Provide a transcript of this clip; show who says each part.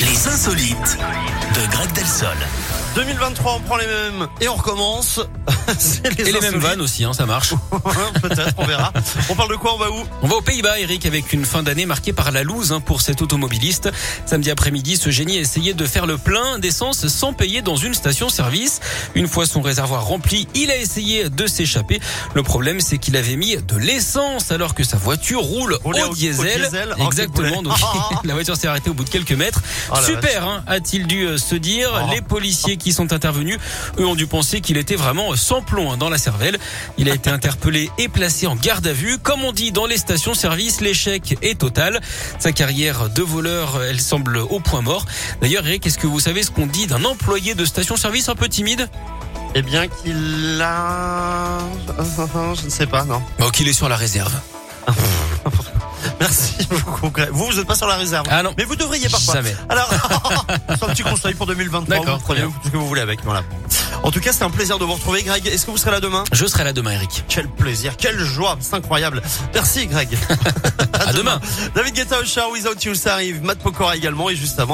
Speaker 1: Les insolites de Greg Delsol.
Speaker 2: 2023, on prend les mêmes et on recommence. C'est
Speaker 3: Et les mêmes
Speaker 2: insolites.
Speaker 3: vannes aussi, hein, ça marche.
Speaker 2: Ouais, Peut-être, on verra. On parle de quoi On va où
Speaker 3: On va aux Pays-Bas, Eric, avec une fin d'année marquée par la loose hein, pour cet automobiliste. Samedi après-midi, ce génie a essayé de faire le plein d'essence sans payer dans une station-service. Une fois son réservoir rempli, il a essayé de s'échapper. Le problème, c'est qu'il avait mis de l'essence alors que sa voiture roule au,
Speaker 2: Roulait au- au
Speaker 3: diesel.
Speaker 2: diesel, oh,
Speaker 3: Exactement.
Speaker 2: quel
Speaker 3: Donc,
Speaker 2: boulet.
Speaker 3: la voiture s'est arrêtée au bout de quelques mètres.
Speaker 2: Oh, la
Speaker 3: Super, hein, a-t-il dû euh, se dire.
Speaker 2: Oh.
Speaker 3: Les policiers qui sont intervenus, eux, ont dû penser qu'il était vraiment sans plomb hein, dans la cervelle. Il a été interpellé et placé en garde à vue. Comme on dit dans les stations-service, l'échec est total. Sa carrière de voleur, euh, elle semble au point mort. D'ailleurs, Eric, est-ce que vous savez ce qu'on dit d'un employé de station-service un peu timide
Speaker 2: Eh bien qu'il a... Je ne sais pas, non.
Speaker 3: Bah, qu'il est sur la réserve.
Speaker 2: Merci beaucoup. Greg. Vous, vous n'êtes pas sur la réserve.
Speaker 3: Ah non.
Speaker 2: Mais vous devriez parfois.
Speaker 3: Jamais.
Speaker 2: Alors, c'est un petit conseil pour 2023.
Speaker 3: D'accord,
Speaker 2: Vous prenez
Speaker 3: très bien.
Speaker 2: ce que vous voulez avec. Voilà. En tout cas, c'était un plaisir de vous retrouver, Greg. Est-ce que vous serez là demain
Speaker 3: Je serai là demain, Eric.
Speaker 2: Quel plaisir, quelle joie, c'est incroyable. Merci, Greg.
Speaker 3: À demain.
Speaker 2: David Guetta, au show Without You, ça arrive. Matt Pokora également, et juste avant.